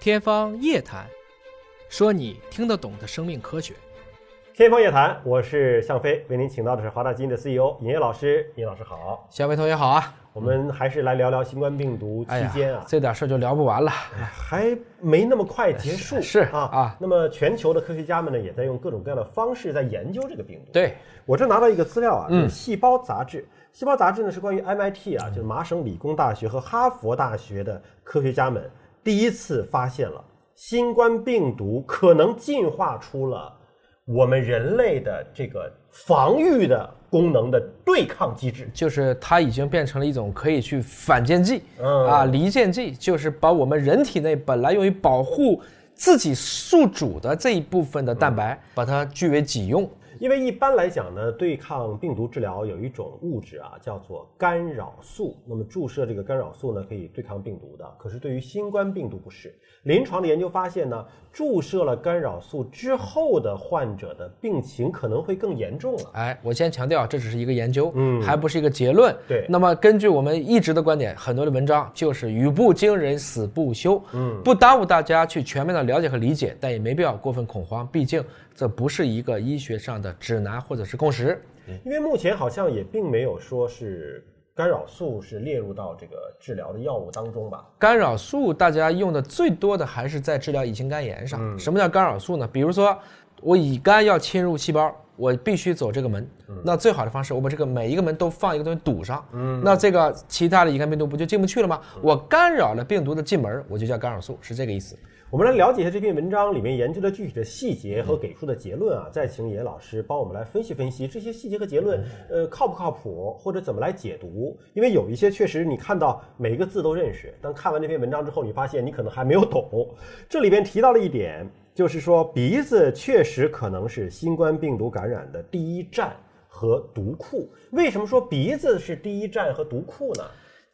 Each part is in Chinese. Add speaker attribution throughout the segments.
Speaker 1: 天方夜谭，说你听得懂的生命科学。
Speaker 2: 天方夜谭，我是向飞，为您请到的是华大基因的 CEO 尹烨老师。尹老师好，
Speaker 3: 小伟同学好啊！
Speaker 2: 我们还是来聊聊新冠病毒期
Speaker 3: 哎呀
Speaker 2: 间啊，
Speaker 3: 这点事儿就聊不完了。
Speaker 2: 还没那么快结束，
Speaker 3: 嗯哎是
Speaker 2: 啊
Speaker 3: 啊
Speaker 2: 那么全球的科学家们呢，也在用各种各样的方式在研究这个病毒。
Speaker 3: 对，
Speaker 2: 我这拿到一个资料啊，就是《
Speaker 3: 嗯
Speaker 2: 细胞》杂志。细胞》杂志呢是关于 MIT 啊，就是麻省理工大学和哈佛大学的科学家们第一次发现了新冠病毒可能进化出了我们人类的这个防御的功能的对抗机制。
Speaker 3: 就是它已经变成了一种可以去反间计、
Speaker 2: 嗯
Speaker 3: 啊离间计，就是把我们人体内本来用于保护自己宿主的这一部分的蛋白，
Speaker 2: 嗯
Speaker 3: 把它据为己用。
Speaker 2: 因为一般来讲呢，对抗病毒治疗有一种物质啊，叫做干扰素。那么注射这个干扰素呢，可以对抗病毒的。可是对于新冠病毒不是。临床的研究发现呢，注射了干扰素之后的患者的病情可能会更严重了。
Speaker 3: 哎，我先强调，这只是一个研究，
Speaker 2: 嗯
Speaker 3: 还不是一个结论。
Speaker 2: 对
Speaker 3: 那么根据我们一直的观点，很多的文章就是语不惊人死不休，嗯，不耽误大家去全面的了解和理解，但也没必要过分恐慌，毕竟这不是一个医学上的指南或者是共识。
Speaker 2: 因为目前好像也并没有说是干扰素是列入到这个治疗的药物当中吧？
Speaker 3: 干扰素大家用的最多的还是在治疗乙型肝炎上。什么叫干扰素呢？比如说我乙肝要侵入细胞，我必须走这个门。那最好的方式，我把这个每一个门都放一个东西堵上。那这个其他的乙肝病毒不就进不去了吗？我干扰了病毒的进门，我就叫干扰素，是这个意思。
Speaker 2: 我们来了解一下这篇文章里面研究的具体的细节和给出的结论啊，再请野老师帮我们来分析分析这些细节和结论，呃，靠不靠谱，或者怎么来解读？呃因为有一些确实你看到每一个字都认识，但呃看完这篇文章之后，你发现你可能还没有懂。这里边提到了一点，就是说鼻子确实可能是新冠病毒感染的第一站和毒库。为什么说鼻子是第一站和毒库呢？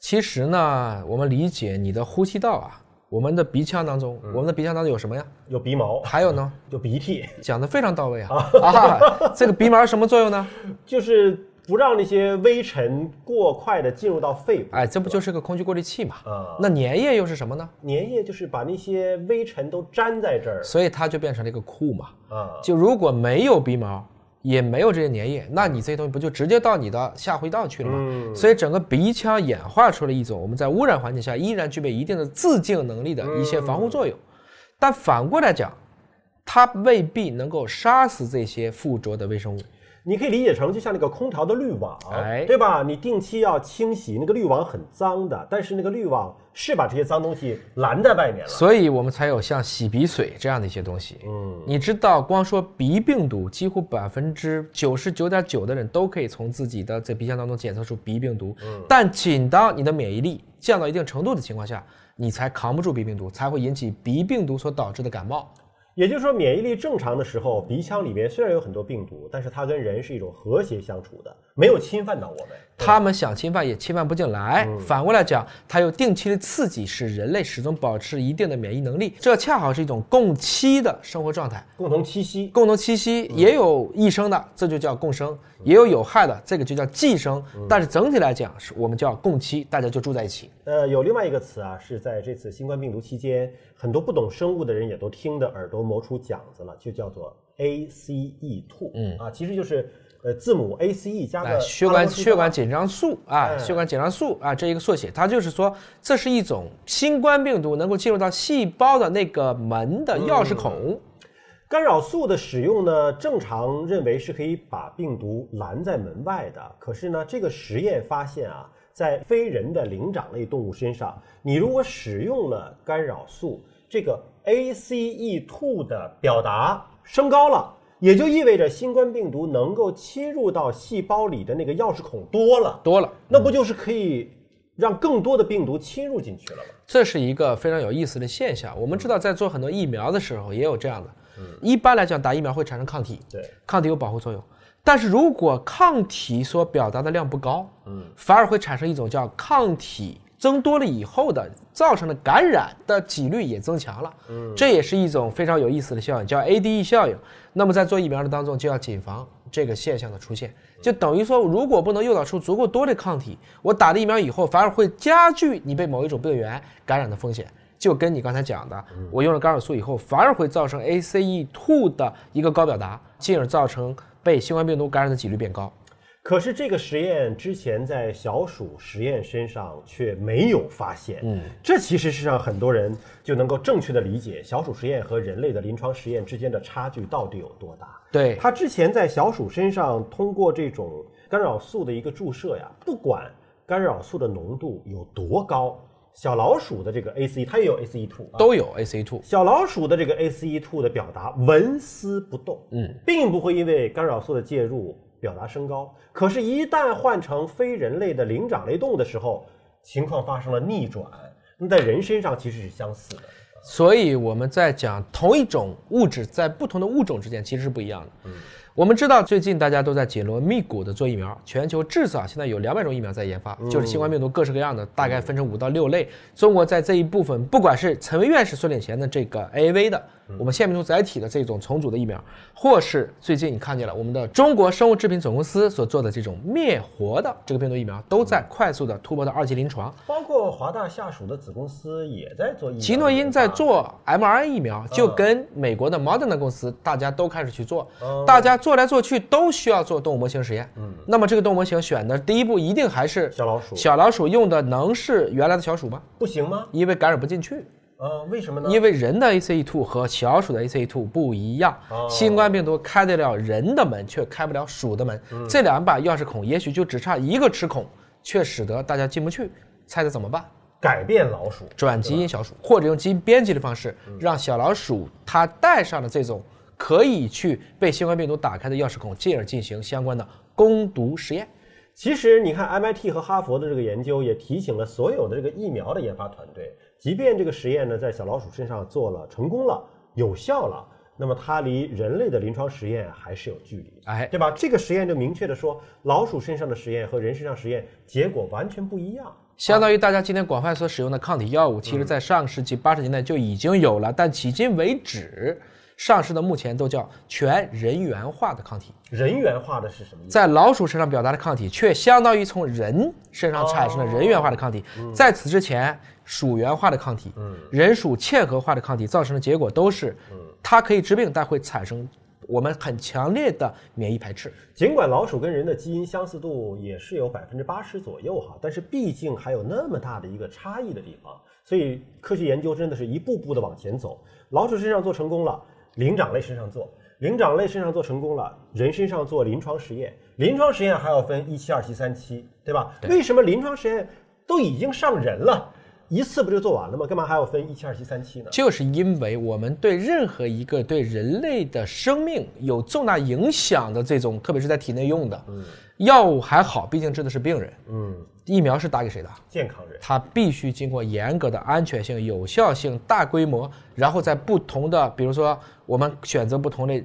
Speaker 3: 其实呢，我们理解你的呼吸道啊，我们的鼻腔当中，我们的鼻腔当中有什么呀？
Speaker 2: 有鼻毛，
Speaker 3: 还有呢，
Speaker 2: 有鼻涕。
Speaker 3: 讲的非常到位啊啊！这个鼻毛有什么作用呢？
Speaker 2: 就是不让那些微尘过快的进入到肺部。
Speaker 3: 哎，这不就是个空气过滤器嘛？
Speaker 2: 啊
Speaker 3: 那粘液又是什么呢？
Speaker 2: 粘液就是把那些微尘都粘在这儿
Speaker 3: 所以它就变成了一个库嘛。
Speaker 2: 啊，
Speaker 3: 就如果没有鼻毛，也没有这些粘液，那你这些东西不就直接到你的下回道去了吗？所以整个鼻腔演化出了一种我们在污染环境下依然具备一定的自净能力的一些防护作用，但反过来讲，它未必能够杀死这些附着的微生物。
Speaker 2: 你可以理解成就像那个空调的滤网，
Speaker 3: 哎
Speaker 2: 对吧？你定期要清洗，那个滤网很脏的，但是那个滤网是把这些脏东西拦在外面了。
Speaker 3: 所以我们才有像洗鼻水这样的一些东西。
Speaker 2: 嗯，
Speaker 3: 你知道，光说鼻病毒，几乎百分之九十九点九的人都可以从自己的这鼻腔当中检测出鼻病毒。
Speaker 2: 嗯
Speaker 3: 但仅当你的免疫力降到一定程度的情况下，你才扛不住鼻病毒，才会引起鼻病毒所导致的感冒。
Speaker 2: 也就是说，免疫力正常的时候，鼻腔里面虽然有很多病毒，但是它跟人是一种和谐相处的，没有侵犯到我们。
Speaker 3: 他们想侵犯也侵犯不进来。
Speaker 2: 嗯
Speaker 3: 反过来讲，它有定期的刺激，使人类始终保持一定的免疫能力，这恰好是一种共栖的生活状态。
Speaker 2: 共同栖息，
Speaker 3: 共同栖息，也有益生的，这就叫共生；也有有害的，这个就叫寄生。但是整体来讲，是我们叫共栖，大家就住在一起。
Speaker 2: 呃，有另外一个词啊，是在这次新冠病毒期间，很多不懂生物的人也都听得耳朵磨出茧子了，就叫做 ACE two，嗯啊，其实就是呃字母 ACE 加
Speaker 3: 哎
Speaker 2: 个，
Speaker 3: 血
Speaker 2: 阿拉
Speaker 3: 管
Speaker 2: 伯数
Speaker 3: 血管
Speaker 2: 字
Speaker 3: 紧张素啊，血管紧张素啊，这一个缩写，它就是说，这是一种新冠病毒能够进入到细胞的那个门的钥匙孔。
Speaker 2: 干扰素的使用呢，正常认为是可以把病毒拦在门外的。可是呢，这个实验发现啊，在非人的灵长类动物身上，你如果使用了干扰素，这个 ACE2 的表达升高了，也就意味着新冠病毒能够侵入到细胞里的那个钥匙孔多了，
Speaker 3: 多了，
Speaker 2: 那不就是可以让更多的病毒侵入进去了吗？
Speaker 3: 这是一个非常有意思的现象。我们知道，在做很多疫苗的时候，也有这样的。一般来讲，打疫苗会产生抗体，
Speaker 2: 对，
Speaker 3: 抗体有保护作用。但是如果抗体所表达的量不高，嗯，反而会产生一种叫抗体增多了以后的造成的感染的几率也增强了，嗯，这也是一种非常有意思的效应，叫 ADE 效应。那么在做疫苗的当中就要谨防这个现象的出现，就等于说，如果不能诱导出足够多的抗体，我打了疫苗以后反而会加剧你被某一种病原感染的风险。就跟你刚才讲的，我用了干扰素以后，反而会造成 ACE2 的一个高表达，进而造成被新冠病毒感染的几率变高。
Speaker 2: 可是这个实验之前在小鼠实验身上却没有发现，嗯，这其实是让很多人就能够正确的理解小鼠实验和人类的临床实验之间的差距到底有多大。
Speaker 3: 对，
Speaker 2: 他之前在小鼠身上通过这种干扰素的一个注射呀，不管干扰素的浓度有多高，小老鼠的这个 ACE 它也有 ACE2 啊，
Speaker 3: 都有 E ACE2。
Speaker 2: 小老鼠的这个 ACE2 的表达纹丝不动，嗯，并不会因为干扰素的介入表达升高。可是，一旦换成非人类的灵长类动物的时候，情况发生了逆转。那在人身上其实是相似的。
Speaker 3: 所以我们在讲同一种物质在不同的物种之间其实是不一样的。我们知道最近大家都在紧锣密鼓的做疫苗，全球至少现在有两百种疫苗在研发，就是新冠病毒各式各样的，大概分成五到六类。中国在这一部分，不管是陈维院士所领衔的这个 AAV 的，我们腺病毒载体的这种重组的疫苗，或是最近你看见了我们的中国生物制品总公司所做的这种灭活的这个病毒疫苗，都在快速的突破到二级临床。
Speaker 2: 包括华大下属的子公司也在做疫苗，
Speaker 3: 奇诺因在做 mRNA 疫
Speaker 2: 嗯
Speaker 3: 苗，就跟美国的 Moderna 公司，大家都开始去做，
Speaker 2: 嗯
Speaker 3: 大家做来做去都需要做动物模型实验。嗯，那么这个动物模型选的第一步一定还是
Speaker 2: 小老鼠
Speaker 3: 小老鼠用的能是原来的小鼠吗？
Speaker 2: 不行吗？
Speaker 3: 因为感染不进去，
Speaker 2: 呃，为什么呢？
Speaker 3: 因为人的 ACE2 和小鼠的 ACE2 不一样，
Speaker 2: 哦
Speaker 3: 新冠病毒开得了人的门，却开不了鼠的门。
Speaker 2: 嗯
Speaker 3: 这两把钥匙孔也许就只差一个齿孔，却使得大家进不去，猜猜怎么办？
Speaker 2: 改变老鼠，
Speaker 3: 转基因小鼠，或者用基因编辑的方式，让小老鼠它带上了这种可以去被新冠病毒打开的钥匙孔，进而进行相关的攻毒实验。
Speaker 2: 其实你看 MIT 和哈佛的这个研究也提醒了所有的这个疫苗的研发团队，即便这个实验呢在小老鼠身上做了成功了、有效了，那么它离人类的临床实验还是有距离，
Speaker 3: 哎
Speaker 2: 对吧？这个实验就明确的说，老鼠身上的实验和人身上实验结果完全不一样。
Speaker 3: 相当于大家今天广泛所使用的抗体药物，其实在上世纪八十年代就已经有了，但迄今为止上市的目前都叫全人源化的抗体，
Speaker 2: 人源化的是什么意思？
Speaker 3: 在老鼠身上表达的抗体，却相当于从人身上产生了人源化的抗体。在此之前，鼠源化的抗体、人鼠嵌合化的抗体造成的结果都是，它可以治病，但会产生我们很强烈的免疫排斥。
Speaker 2: 尽管老鼠跟人的基因相似度也是有百分之八十左右哈，但是毕竟还有那么大的一个差异的地方，所以科学研究真的是一步步的往前走。老鼠身上做成功了，灵长类身上做，灵长类身上做成功了，人身上做临床实验，临床实验还要分一期、二期、三期，对吧？为什么临床实验都已经上人了，一次不就做完了吗？干嘛还要分一期、二期、三期呢？
Speaker 3: 就是因为我们对任何一个对人类的生命有重大影响的这种，特别是在体内用的、药物还好，毕竟治的是病人。
Speaker 2: 嗯，
Speaker 3: 疫苗是打给谁的？
Speaker 2: 健康人。
Speaker 3: 它必须经过严格的安全性、有效性、大规模，然后在不同的，比如说我们选择不同的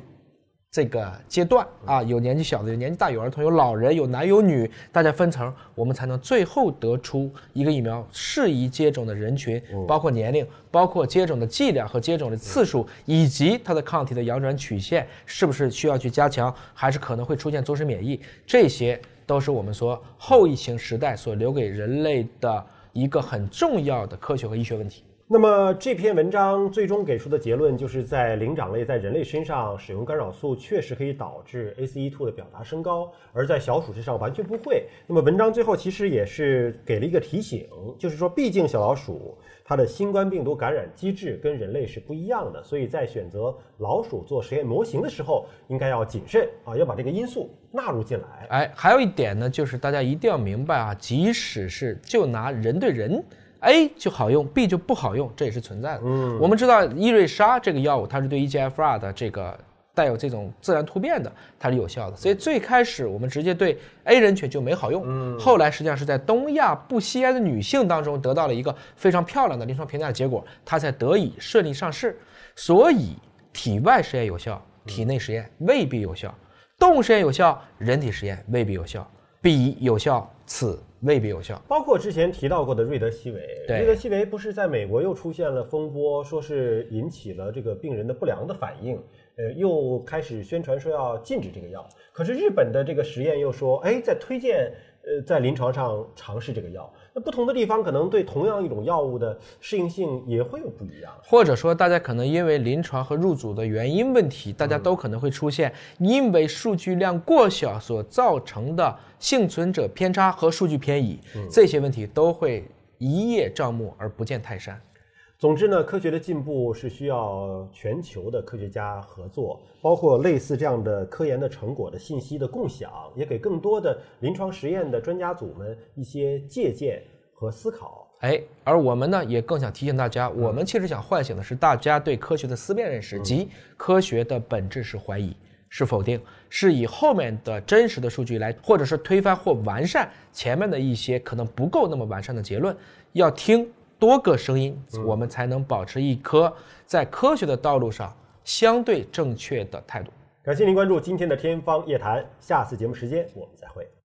Speaker 3: 这个阶段啊，有年纪小的，有年纪大，有儿童，有老人，有男有女，大家分层，我们才能最后得出一个疫苗适宜接种的人群，包括年龄，包括接种的剂量和接种的次数，以及它的抗体的阳转曲线是不是需要去加强，还是可能会出现终身免疫，这些都是我们说后疫情时代所留给人类的一个很重要的科学和医学问题。
Speaker 2: 那么这篇文章最终给出的结论就是在灵长类在人类身上使用干扰素确实可以导致 ACE2 的表达升高，而在小鼠身上完全不会。那么文章最后其实也是给了一个提醒，就是说，毕竟小老鼠它的新冠病毒感染机制跟人类是不一样的，所以在选择老鼠做实验模型的时候，应该要谨慎啊，要把这个因素纳入进来。
Speaker 3: 哎，还有一点呢，就是大家一定要明白啊，即使是就拿人对人，A 就好用，B 就不好用，这也是存在的。嗯，我们知道伊瑞莎这个药物，它是对 E EGFR 的这个带有这种自然突变的，它是有效的。所以最开始我们直接对 A 人群就没好用，嗯，后来实际上是在东亚不吸烟的女性当中得到了一个非常漂亮的临床评价的结果，它才得以顺利上市。所以体外实验有效，体内实验未必有效。动物实验有效，人体实验未必有效。彼有效，此未必有效。
Speaker 2: 包括之前提到过的瑞德西韦，
Speaker 3: 对
Speaker 2: 瑞德西韦不是在美国又出现了风波，说是引起了这个病人的不良的反应，呃，又开始宣传说要禁止这个药。可是日本的这个实验又说，哎，在推荐呃，在临床上尝试这个药。那不同的地方可能对同样一种药物的适应性也会有不一样。
Speaker 3: 或者说大家可能因为临床和入组的原因问题，大家都可能会出现因为数据量过小所造成的幸存者偏差和数据偏移，这些问题都会一叶障目而不见泰山。
Speaker 2: 总之呢，科学的进步是需要全球的科学家合作，包括类似这样的科研的成果的信息的共享，也给更多的临床实验的专家组们一些借鉴和思考。
Speaker 3: 哎，而我们呢，也更想提醒大家，我们其实想唤醒的是大家对科学的思辨认识，即科学的本质是怀疑，是否定，是以后面的真实的数据来，或者是推翻或完善前面的一些可能不够那么完善的结论，要听多个声音，我们才能保持一颗在科学的道路上相对正确的态度。
Speaker 2: 感谢您关注今天的天方夜谭，下次节目时间我们再会。